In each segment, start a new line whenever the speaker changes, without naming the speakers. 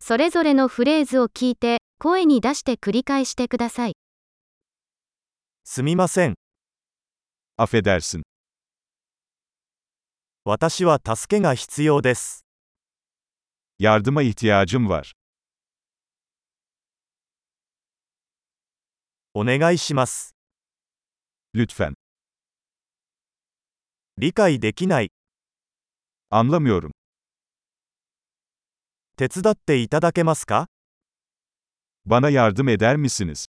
それぞれのフレーズを聞いて、声に出して繰り返してください。
すみません。
Affedersin.
私は助けが必要です。
Yardıma ihtiyacım var.
お願いします。
Lütfen.
理解できない。
Anlamıyorum.
手伝っていただけますか
Bana yardım eder misiniz?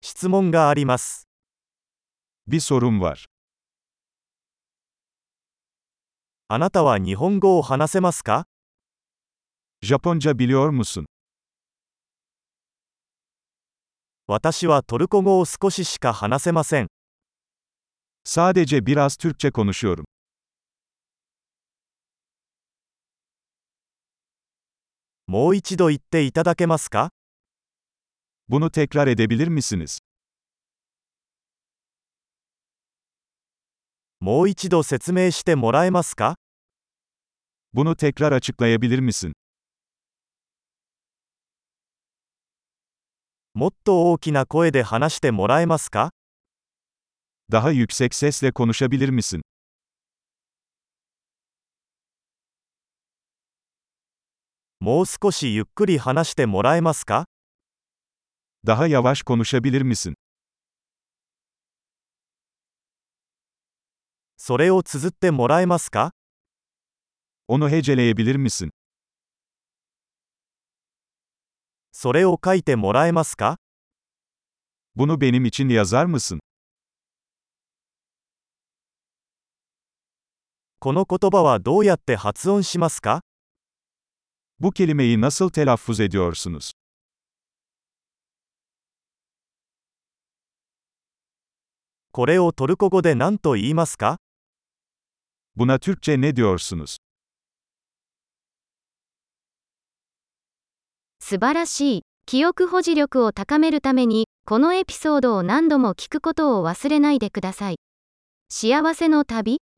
質問があります。
Bir sorum var.
あなたは日本語を話せますか
Japonca biliyor musun?
私はトルコ語を少ししか話せません。
Sadece biraz Türkçe konuşuyorum.
もう一度言っていただけますか
Bunu tekrar edebilir misiniz?
もう一度説明してもらえますか
Bunu tekrar açıklayabilir misin?
もっと大きな声で話してもらえますか
Daha yüksek sesle konuşabilir misin?
もう少しゆっくり話してもらえますか
Daha yavaş konuşabilir misin?
それを綴ってもらえますか
Onu heceleyebilir misin?
それを書いてもらえますか
Bunu benim için yazar mısın?
この言葉はどうやって発音しますか
Bu kelimeyi nasıl telaffuz ediyorsunuz?
これをトルコ語で何と言いますか
Buna Türkçe ne diyorsunuz?
素晴らしい。記憶保持力を高めるために、このエピソードを何度も聞くことを忘れないでください。幸せの旅